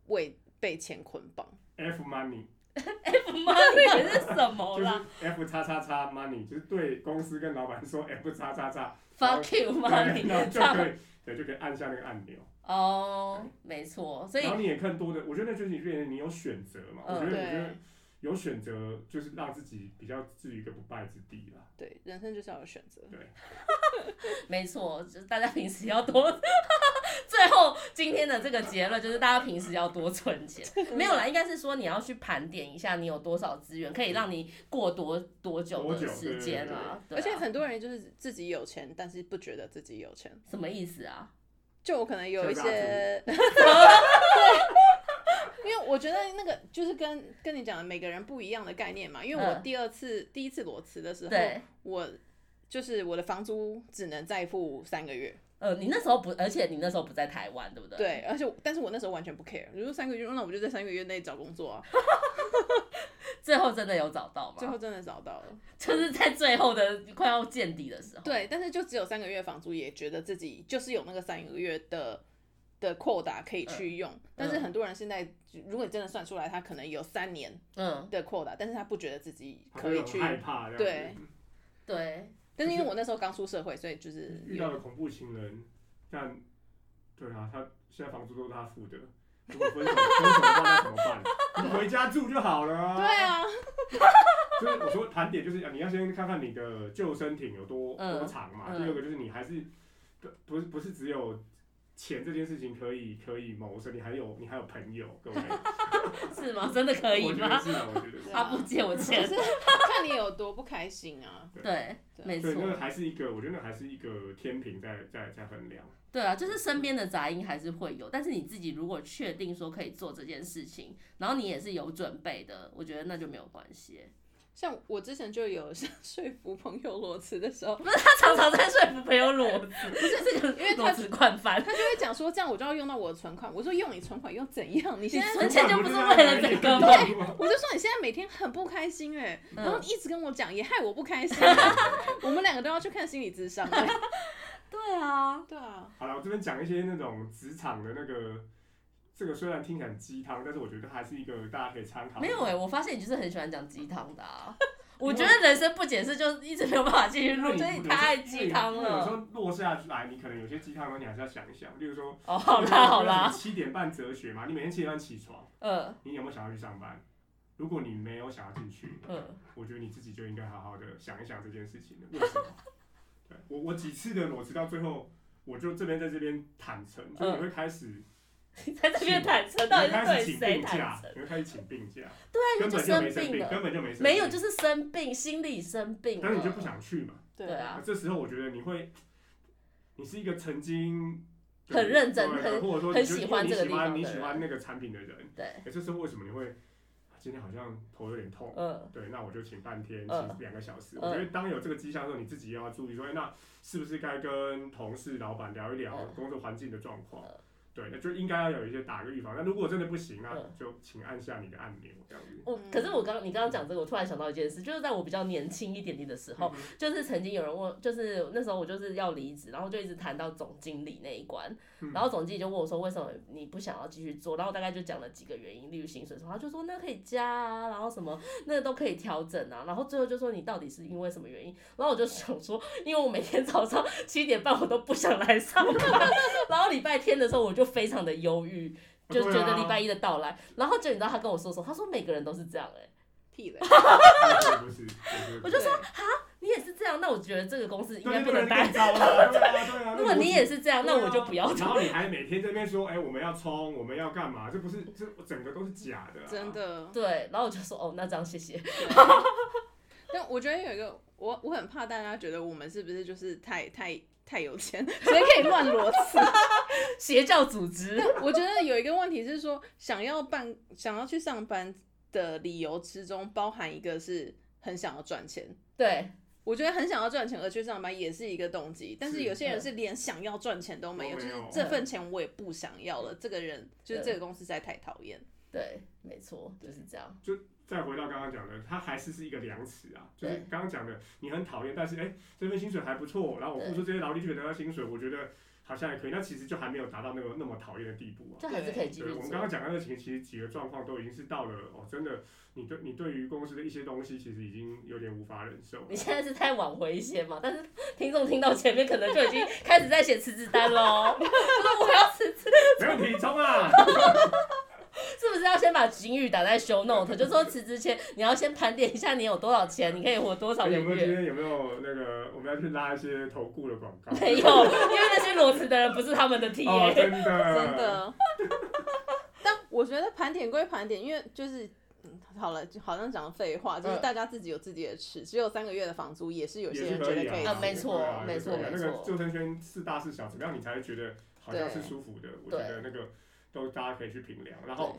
C: 为被钱捆绑。
A: F money
B: F [laughs] money 是什么
A: 就是
B: 啦
A: F 叉叉叉 money，就是对公司跟老板说 F 叉叉叉
B: ？Fuck you
A: 对然后
B: money，
A: 就可以，对，就可以按下那个按钮。
B: 哦，没错，所以
A: 然后你也更多的，我觉得那就是你变成你有选择嘛。
B: 嗯
A: 我觉得，我觉得
C: 对
A: 有选择就是让自己比较置于一个不败之地啦。
C: 对，人生就是要有选择。
B: 没错，就是大家平时要多。 [laughs] 最后今天的这个结论就是，大家平时要多存
C: [laughs]
B: 钱。没有啦，应该是说你要去盘点一下，你有多少资源可以让你过多多久
A: 多久
B: 的时间啦。对
C: 而且
B: 啊
C: 很多人就是自己有钱，但是不觉得自己有钱。
B: 什么意思啊？
C: 就我可能有一
A: 像
B: [laughs]
C: 些，对，因为我觉得那个就是跟跟你讲的每个人不一样的概念嘛。因为我
B: 嗯
C: 第二次、第一次裸辞的时候，
B: 对，
C: 我就是我的房租只能再付三个月，
B: 呃，你那时候不，而且你那时候不在台湾，对不对？
C: 对，而且我但是我那时候完全不 care，如果三个月，那我就在三个月内找工作啊。
B: 最后真的有找到吗？
C: 最后真的找到了，
B: 就是在最后的快要见底的时候。
C: 对，但是就只有三个月房租，也觉得自己就是有那个三个月的的 quota 可以
B: 嗯
C: 去用。但是很多人现在，如果你真的算出来，他可能有三年
B: 嗯，
C: 的 quota，但是他不觉得自己
A: 他
C: 可以
A: 就
C: 去
A: 很。害怕这样子。
C: 对
B: 对，
C: 但是因为我那时候刚出社会，所以就是
A: 嗯遇
C: 有
A: 到了恐怖情人，但对啊，他现在房租都是他付的。如果分手，分手的话那怎么办？你 [laughs] 回家住就好了、
C: 对。
A: [laughs]
C: 啊，
A: 所以我说盘点就是，啊你要先看看你的救生艇有多、
B: 嗯
A: 多长嘛。
B: 嗯
A: 第二个就是你还是不不是不是只有钱这件事情可以可以谋生，你还有你还有朋友，各位。
B: 是吗？真的 [laughs] 可以
A: 我觉得
B: 吗？
A: 是啊，我觉得是。
C: 对
B: 他
C: 啊
B: 不借我
C: 可
B: 钱。
C: 是看你有多不开心啊。
B: 对，
C: 对
B: 没
A: 对，那个
B: 错，
A: 还是一个，我觉得那还是一个天平在在在衡量。
B: 对啊，就是身边的杂音还是会有，但是你自己如果确定说可以做这件事情，然后你也是有准备的，我觉得那就没有关系。
C: 像我之前就有说服朋友裸辞的时候，
B: 不是他常常在说服朋友裸辞，不是这个，
C: 因为他
B: 裸辞惯犯
C: 他，就会讲说这样我就要用到我的存款，我说用你存款又怎样？你现在
B: 存钱就不是为了这个
A: 吗？
C: [laughs] 我就说你现在每天很不开心哎、
B: 嗯
C: 然后你一直跟我讲，也害我
B: [laughs]
C: 不开心。我们两个都要去看心理咨商、哎
B: 对啊，
C: 对啊，
A: 好了，我这边讲一些那种职场的那个，这个虽然听起来很鸡汤，但是我觉得还是一个大家可以参考的。
B: 没有哎、我发现你就是很喜欢讲鸡汤的啊。我觉得人生不解释，就是一直没有办法继续
A: 因为
B: 录，
A: 你
B: 就是你太爱鸡汤
A: 因为有时候
B: 了。
A: 落下来，你可能有些鸡汤东西还是要想一想，例如说，
B: 哦，好啦好啦，
A: 七点半哲学嘛，你每天七点半起床，
B: 嗯
A: 你有没有想要去上班？如果你没有想要进去，
B: 嗯，
A: 我觉得你自己就应该好好的想一想这件事情了， [laughs] 为什么？对我我几次的裸辞到最后，我就这边在这边坦诚，
B: 嗯
A: 就你会开始，
B: 你 [laughs] 在这边坦诚，
A: 你
B: 到底
A: 会
B: 是
A: 开
B: 对
A: 始请
B: 谁
A: 病
B: 坦
A: 假
B: 诚，？
A: 你会开始请病假，
B: 对啊，
A: 根
B: 你就
A: 本就没
B: 生
A: 生
B: 病
A: 病，
B: 了，
A: 根本就没生病，
B: 没有就是生病，心理生病了。
A: 但是你就不想去嘛。
C: 对
B: 对啊
A: 这时候我觉得你会，你是一个曾经对
B: 很认真
A: 对
B: 很
A: 或者说
B: 很
A: 你就
B: 喜欢
A: 因为
B: 这个
A: 你喜欢你
B: 地方的
A: 喜欢那个产品的人，
B: 对，
A: 哎，这时候为什么你会啊今天好像头有点痛？
B: 嗯，
A: 对，那我就请半天，
B: 嗯
A: 请两个小时。
B: 嗯
A: 我觉得当有这个迹象的时候，你自己也要注意说，哎，那是不是该跟同事、老板聊一聊
B: 嗯
A: 工作环境的状况
B: 嗯？
A: 对，那就应该要有一些打个预防。那如果真的不行，那
B: 嗯
A: 就请按下你的按钮，这样
B: [laughs]
A: 子。
B: 我可是我刚你刚刚讲这个，我突然想到一件事，就是在我比较年轻一点点的时候，
A: 嗯哼
B: 就是曾经有人问，就是那时候我就是要离职，然后就一直谈到总经理那一关，
A: 嗯
B: 然后总经理就问我说为什么你不想要继续做，然后我大概就讲了几个原因，例如薪水什么，他就说那可以加啊，然后什么那个都可以调整啊，然后最后就说你到底是因为什么原因，然后我就想说，因为我每天早上七点半我都不想来上班， [laughs] 然后礼拜天的时候我就非常的忧郁，就
A: 啊
B: 觉得礼拜一的到来，然后就你知道他跟我说什么，他说每个人都是这样哎、欸 [laughs]
C: 屁嘞，
A: 对啊不是，
B: 我
A: 对
B: 就说
C: 对
B: 你也是这样，那我觉得这个公司应
A: 对
B: 该
A: 对，
B: 不
A: 对
B: 能
A: 人
B: 待
A: 更。糟了。对啊对啊
B: [laughs] 如果你也是这样，
A: 对
B: 那
A: 啊
B: 我就不要
A: 然
B: 做。
A: 后你还每天在那边说，哎、我们要冲，我们要干嘛？这不是这整个都是假的、啊，
C: 真。的。
B: 对，然后我就说哦，那这样谢谢。
C: 但我觉得有一个，我我很怕大家觉得我们是不是就是太太太有钱，所以可以乱裸辞。
B: 邪教组织，
C: 但 [laughs] 我觉得有一个问题是说，想要办想要去上班的理由之中，包含一个是很想要赚钱。
B: 对，
C: 我觉得很想要赚钱而去上班也是一个动机，但是
A: 是
C: 有些人是连想要赚钱都没有，
A: 都
C: 就
A: 没
C: 是
A: 有
C: 这份钱我也不想要了。这个人就是
B: 对
C: 这个公司实在太讨厌。
B: 对，没错，就是这样。
A: 再回到刚刚讲的，它还是是一个量尺啊，就是
B: 对
A: 刚刚讲的，你很讨厌，但是哎、这份薪水还不错，然后我付出这些劳力就可以得到薪水，我觉得好像还可以，那其实就还没有达到那个那么讨厌的地步啊。
B: 就还是可以继续
A: 对，我们刚
B: 做
A: 刚。讲到的情，其实几个状况都已经是到了哦，真的，你对你对于公司的一些东西，其实已经有点无法忍受了
B: 你。现在是太挽回一些嘛？但是听众听到前面可能就已经开始在写辞职单喽，就是我要辞职，
A: 没问题，冲啊！ [laughs]
B: 是不是要先把警语打在 show note，就说辞职前你要先盘点一下你有多少钱，你可以活多少
A: 哎
B: 个
A: 有没有今
B: 月。
A: 天有没有那个我们要去拉一些投顾的广告？
B: 没有，因为那些裸辞的人不是他们的 T
A: 哦，
B: A。
A: 真的，
C: 真，的。 [laughs] 但我觉得盘点归盘点，因为就是。嗯，好了，就好像讲废话，就是
B: 嗯
C: 大家自己有自己的吃，只有三个月的房租，也是有些人觉
A: 也
C: 得
A: 是
C: 可以
A: 以
C: 吃。
B: 啊没错
A: 对啊
B: 没错
A: 对啊
B: 没
A: 那
B: 错
A: 个救生圈是大是小，怎么样你才会觉得好像
C: 对
A: 是舒服的？我觉得那个都大家可以去评量，然后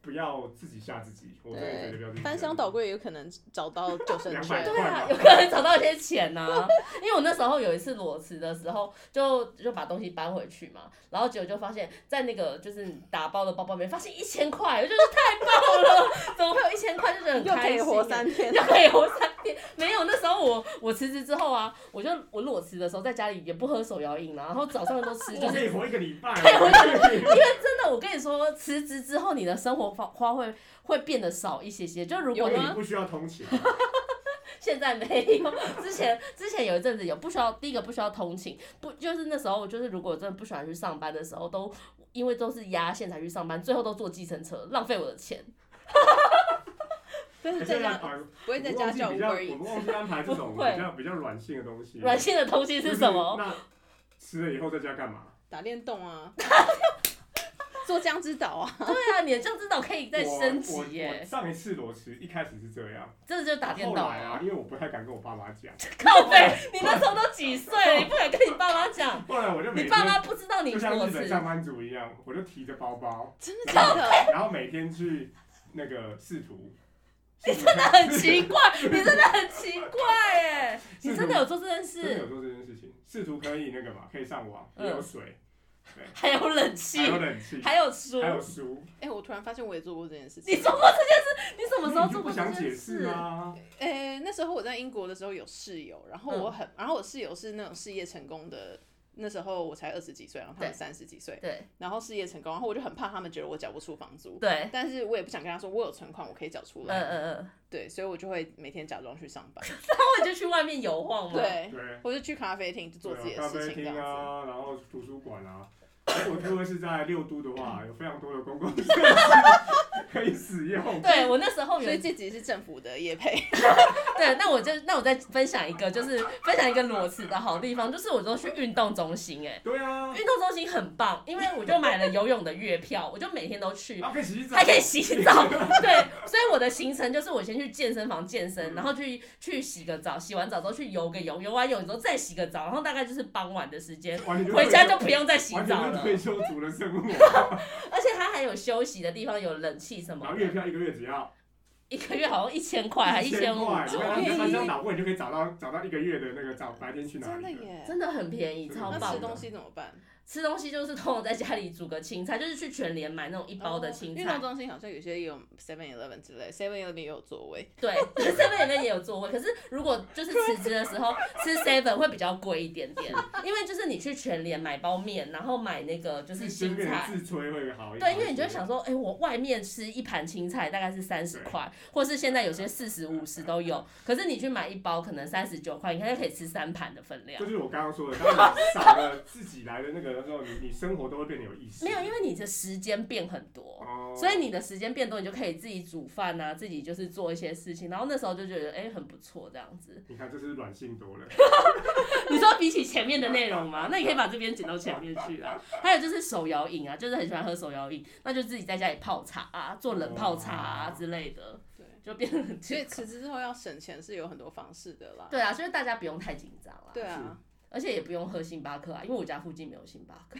A: 不要自己吓自己。我真的觉得不要自己吓自己
C: 翻箱倒。柜有可能找到救生
A: 两百。
C: 圈
B: 对啊
A: 快，
B: 有
A: 嘛
B: 可能找到一些钱呐、因为我那时候有一次裸辞的时候，就就把东西搬回去嘛，然后结果就发现，在那个就是打包的包包里面发现一千块，我就觉得太棒了，怎么会有一千块？就觉得很
C: 又可
B: 开心
C: 以
B: 耶，
C: 活三天， [laughs]
B: 又可以活三天。没有，那时候我我辞职之后啊，我就我裸辞的时候在家里也不喝手摇饮啦，然后早上都吃就
A: 我可以
B: 是。
A: 活一个礼拜，
B: 对我
A: 可以。
B: 真的，我跟你说，辞职之后你的生活花花会会变得少一些些。就如
A: 因
B: 果
A: 为
B: 你
A: 你不需要通勤，
B: 现在没有，之前之前有一阵子有不需要，第一个不需要通勤，不就是那时候就是如果真的不喜欢去上班的时候，都因为都是压线才去上班，最后都坐计程车，浪费我的钱。
C: 但是在
A: 现在
C: 家
A: 反而
C: 不会在
A: 我
C: 家
A: 忘记
C: 叫
A: 比较，
C: Uber
A: 我
C: Eats
A: 们忘记安排这种
B: 不会
A: 比较比较软性的东西。
B: 软性的东西是
A: [laughs]
B: 什么？
A: 就是那吃了以后在家干嘛？
C: 打电动啊， [laughs] 做江之岛啊，
B: 对啊，你的酱汁岛可以再
A: 我
B: 升
A: 我
B: 级
A: 我
B: 耶，
A: 上一次裸辞一开始是这样，
B: 这就打电
A: 后
B: 脑
A: 来啊，。因为我不太敢跟我爸妈讲，
B: 靠背，你那时候都几岁了，你不敢跟你爸妈讲，
A: 后来我就每
B: 你
A: 天
B: 爸妈不知道你
A: 就像
B: 裸
A: 日本
B: 辞。
A: 上班族一样，我就提着包包， [laughs]
C: 真的假的？
A: 然后每天去那个试图你
B: 真 [laughs] 的 [laughs] 很奇怪，
A: [laughs]
B: 你真的很奇怪哎，你真的有做这件
A: 真的有
B: 事，
A: 做这件事情，试图可以那个嘛，可以上网，也有水，
B: 还有冷气
A: 还，有冷气，
B: 嗯还有书，
A: 还有书，
C: 哎、我突然发现我也做过这件事情。
B: 你做过这件事？你什么时候
A: 你就
B: 做
A: 不
B: 过这
A: 想
B: 件
A: 解释
B: 事？
A: 啊？
C: 诶、那时候我在英国的时候有室友，然后我
B: 嗯
C: 很，然后我室友是那种事业成功的，那时候我才二十几岁，然后他们
B: 对
C: 三十几岁，
B: 对
C: 然后事业成功，然后我就很怕他们觉得我缴不出房租，
B: 对，
C: 但是我也不想跟他说我有存款，我可以缴出
B: 嗯
C: 来，
B: 嗯嗯，
C: 对，所以我就会每天假装去上
B: [laughs]
C: 班，
B: 那我就去外面游晃嘛。
C: 对，
A: 对，
C: 或者去咖啡厅就做自己
A: 对啊咖
C: 的事
A: 啡
C: 情这
A: 厅
C: 样子。
A: 啊，然后图书馆啊。哎我如果是在六都的话，有非常多的公共设施可以使用。
B: 对我那时
A: 啊
B: 候有
C: 所以这集是政府的业配，
B: 对，那我就那我再分享一个，就是分享一个裸辞的好地方，就是我都去运动中心、哎，
A: 对啊，
B: 运动中心很棒，因为我就买了游泳的月票，我就每天都去，
A: 啊可以洗澡，[laughs]
B: 还可以洗澡，对，所以我的行程就是我先去健身房健
A: 嗯
B: 身，然后去去洗个澡，洗完澡之后去游个泳，游完泳之后再洗个澡，然后大概就是傍晚的时间，
A: 完全就
B: 回家就
A: 退
B: 不用再洗
A: 完
B: 澡
A: 全就
B: 了，
A: 退休族的生活。
B: 而且它还有休息的地方，有冷气什么
A: 然后月
B: 的，
A: 票一个月只
B: [laughs]
A: 要
B: 一个月好像一千块还一千五
A: 块，，
C: 对
A: 然后你就翻箱倒柜，你就可以找到找到一个月的那个找白天去哪
C: 真
A: 里
C: 的
A: 了。
C: 耶。
B: 真的很便宜，超
A: 好
C: 那
B: 棒
C: 吃
B: 的
C: 东。西怎么办？
B: 吃东西就是通常在家里煮个青菜，就是去全联买那种一包
A: 哦
B: 的青
C: 哦运
B: 菜。
C: 动中心好像有些也有 Seven Eleven 之类，Seven Eleven 也有座位。
B: 对，seven 里面也有座位，可是如果就是
A: 啊
B: 辞职的时候吃 seven 会比较贵一点点，因为就是你去全联买包面，然后买那个就
A: 自
B: 是青
A: 身边
B: 菜。
A: 自吹会好一点。
B: 对，因为你就会想说，哎、我外面吃一盘青菜大概是三十块，或是现在有些四十五十都有，可是你去买一包可能三十九块，你看就可以吃三盘的分量
A: 这。就是我刚刚说的，当你少了自己来的那个时候，你你生活都会变得有意思。
B: 没有，因为你的时间变很多。
A: 哦，
B: 所以你的时间变多，你就可以自己煮饭啊，自己就是做一些事情。然后那时候就觉得，哎、很不错这样子。
A: 你看，这是软性
B: [laughs]
A: 多了。
B: 你说比起前面的内容吗？那你可以把这边剪到前面去啊。还有就是手摇饮啊，就是很喜欢喝手摇饮，那就自己在家里泡茶啊，做冷泡茶啊之类的，
C: 对，
B: 就变得很
C: 所以
B: 健康。
C: 辞职之后要省钱是有很多方式的啦。
B: 对啊，所以大家不用太紧张啦，
C: 对啊，
B: 而且也不用喝星巴克啊，因为我家附近没有星巴
C: [laughs]
B: 克，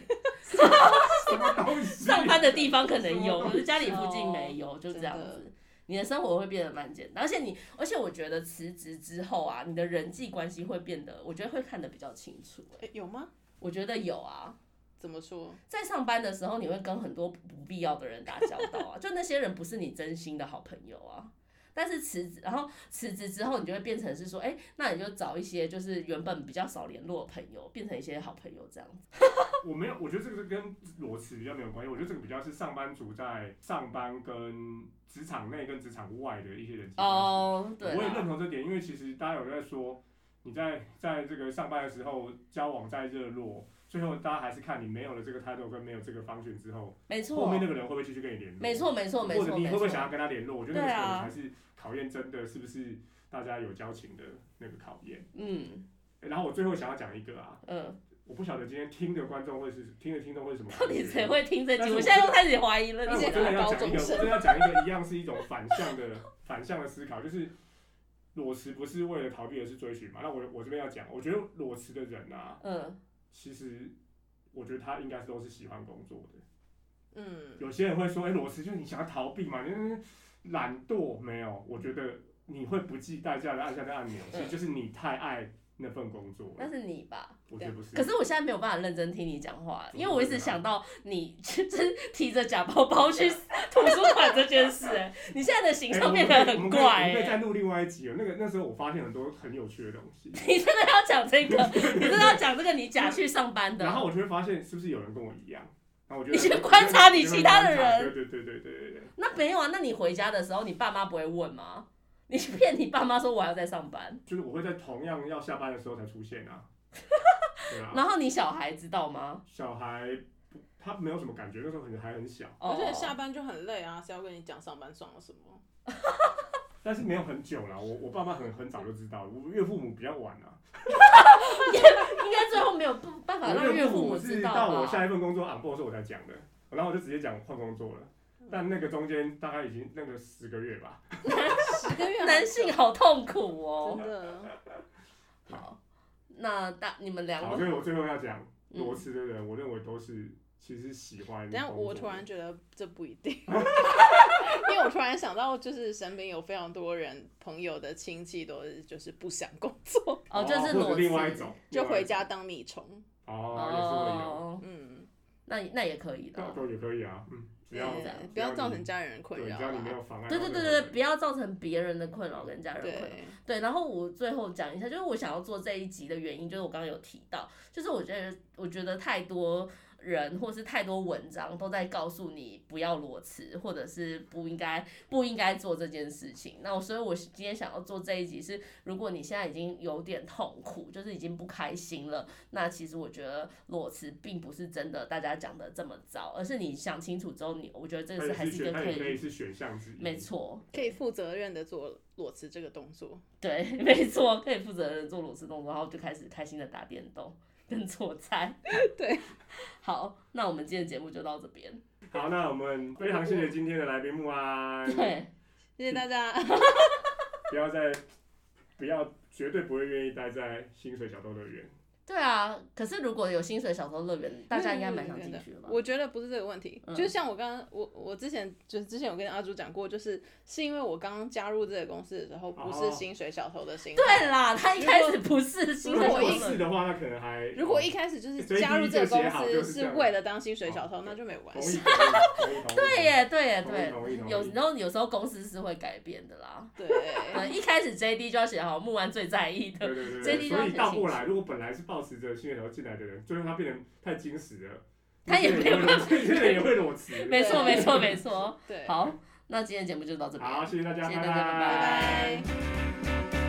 A: 什么东西？啊
B: 上班的地方可能有，
A: 什么东
C: [laughs] 啊
B: 可
A: 西
B: 是家里附近没有，就这样
C: 真
B: 子。你的生活会变得蛮简单，而且你，而且我觉得辞职之后啊，你的人际关系会变得，我觉得会看得比较清楚、欸。
C: 诶有吗？
B: 我觉得有啊，
C: 怎么说？
B: 在上班的时候，你会跟很多不必要的人打交道 [laughs] 啊，就那些人不是你真心的好朋友啊。但是辞职，然后辞职之后，你就会变成是说，哎、那你就找一些就是原本比较少联络的朋友，变成一些好朋友这样子。
A: 我没有，我觉得这个是跟裸辞比较没有关系。我觉得这个比较是上班族在上班跟职场内跟职场外的一些人际关系。
B: 哦、对
A: 我也认
B: 啦，
A: 同这点，因为其实大家有在说，你在在这个上班的时候，交往再热络，最后大家还是看你没有了这个 title 跟没有这个 function 之后，
B: 没
A: 后
B: 错
A: 面，那个人会不会继续跟你联络？
B: 没错，没错，没
A: 或者
B: 错，
A: 你
B: 没
A: 会不会
B: 错
A: 想。要跟他联络？我觉得那个
B: 对
A: 可
B: 啊
A: 能才是考验真的是不是大家有交情的那个考验。
B: 嗯
A: 诶然后我最后想要讲一个啊，
B: 嗯，
A: 我不晓得今天听的观众会是听的听众会是什么感觉？
B: 到底谁会听这
A: 但
B: 集？
A: 是
B: 我
A: 我
B: 现在又开始怀疑了。
A: 但
B: 你
A: 是我
B: 现
A: 真
B: 在
A: 的要讲一
C: 高中
A: 个，我
C: 生
A: 真的要讲一个一样是一种反向的反向的思考，就是裸辞不是为了逃避，而是追寻嘛。那我我这边要讲，我觉得裸辞的人啊，
B: 嗯，
A: 其实我觉得他应该都是喜欢工作的。
C: 嗯，
A: 有些人会说，哎、裸辞就是你想要逃避嘛，就是懒惰。没有，我觉得你会不计代价的按下那个按钮，其实就是你太爱那份工作
B: 那
A: 了。
B: 是你吧？
A: 我觉得不是。
B: 可是我现在没有办法认真听你讲话，因为我一直想到你就是提着假包包去图书馆这件事、哎，你现在的
A: 哎
B: 形象
A: 我们
B: 变
A: 可以
B: 得
A: 我
B: 很
A: 们可
B: 怪、
A: 以我们可以
B: 哎
A: 再录另外一集哦。那个那时候我发现很多很有趣的东
B: [laughs]
A: 西。
B: 你真的要讲这个？你真的要讲这个？你假去上班
A: 然
B: 的？
A: 后我就会发现是不是有人跟我一样，然后我就
B: 你去
A: 我就
B: 观察你其他的
A: 我就观察
B: 人
A: 对对对对对对对。
B: 那没有啊？那你回家的时候，你爸妈不会问吗？你骗你爸妈说我还要在上班，
A: 就是我会在同样要下班的时候才出现啊。对
B: [laughs]
A: 啊，
B: 然后你小孩知道吗？
A: 小孩不他没有什么感觉，那时候可能还很小，
B: 哦
C: 而且下班就很累啊，谁要跟你讲上班爽了什么？
A: 但是没有很久啦。我我爸妈很很早就知道，我岳父母比较晚啊。
B: 应该最后没有办法
A: 我
B: 让岳
A: 岳
B: 父
A: 母
B: 母
A: 是
B: 知道
A: 到我
B: 吧？
A: 下一份工作 on board 的时候我才讲的，然后我就直接讲换工作了。但那个中间大概已经那个十个月吧，
C: [laughs] 十个月好久
B: 男性好痛苦哦。
A: [laughs]
C: 真的，
B: 好，那大你们两
A: 好，
B: 个
A: 所以我最后要讲
B: 哦嗯
A: 裸辞的人，我认为都是其实喜欢工作
C: 等一
A: 的。 [laughs]
C: 下我突然觉得这不一定，因为我突然想到，就是身边有非常多人朋友的亲戚都是就是不想工作，
B: 哦，就是
A: 或者
B: 裸辞
A: 另外一种，
C: 就回
A: 另外
C: 家当米虫。
A: 一种啊哦，
B: 哦，
C: 嗯，
B: 那那也可以
A: 也是会有，
B: 的。
A: 都也可以啊，嗯，只要
B: 对
C: 呃不要造成
A: 家
C: 家人的困
A: 对，
C: 扰啊
A: 只要你没
C: 啦。
A: 有妨碍到
B: 对
A: 任
B: 对
A: 何人，
B: 对对，不要造成别人的困扰跟家人的困扰。
C: 对，
B: 对，然后我最后讲一下，就是我想要做这一集的原因，就是我刚刚有提到，就是我觉得我觉得太多人或是太多文章都在告诉你不要裸辞，或者是不应该不应该做这件事情。那我所以，我今天想要做这一集是，如果你现在已经有点痛苦，就是已经不开心了，那其实我觉得裸辞并不是真的大家讲的这么糟，而是你想清楚之后你，我觉得这个
A: 它也
B: 是还
A: 是
B: 是一
A: 选，
B: 个
A: 它
B: 可
A: 也可以
B: 以，
A: 是选项之一，
B: 没错，
C: 可以负责任的做裸辞这个动作。
B: 对， [laughs] 没错，可以负责任地做裸辞动作，然后就开始开心的打电动跟做 [laughs] 菜。
C: 对，
B: 好，那我们今天的节目就到这边。
A: 好，那我们非常谢谢今天的来宾木安，
B: 对，
C: 谢谢大家，
A: 不要再，不要，绝对不会愿意待在薪水小偷乐园。
B: [laughs] 对啊，可是如果有薪水小偷乐园，大家应该蛮想进去的吧？
C: 我觉得不是这个问题，
B: 嗯
C: 就像我刚刚，我我之前就是之前有跟阿朱讲过，就是是因为我刚刚加入这个公司的时候，不
A: 哦
C: 是薪水小偷的薪水。
B: 对啦，他一开始不是薪
A: 如
B: 水小
A: 果
B: 偷
C: 我一
B: 乐
A: 是
B: 园，
A: 的话，那可能还
C: 如果一开始就是
A: 所以
C: 加入
A: 第一
C: 这个
A: 就写
C: 公
A: 好就是
C: 司
A: 这
C: 是
A: 样
C: 为了当薪水小偷，
A: 好
C: 那就没关
A: 同
C: 系。
A: 意，同意，同意，
B: [laughs] 对耶，对耶，
A: 同意，
B: 对。
A: 同意，同意，
B: 有
A: 同意
B: 然后有时候公司是会改变的啦。
C: 对，
B: 对，一开始 JD 就要写好木安最在意的，
A: 对对对
B: 这
A: 对
B: 地
A: 对，
B: 方
A: 所以
B: 很
A: 倒
B: 清
A: 过
B: 楚
A: 来，如果本来是抱持着薪水小偷进来的人，最后他变成太矜持了，
B: 他也没
A: 有
B: 办法
A: 这些人也会裸辞。
B: [laughs] 没错，没错，没错。
C: 对，
B: 好，那今天的节目就到这边。
A: 好，谢谢大家，
B: 谢谢大家拜
C: 拜拜。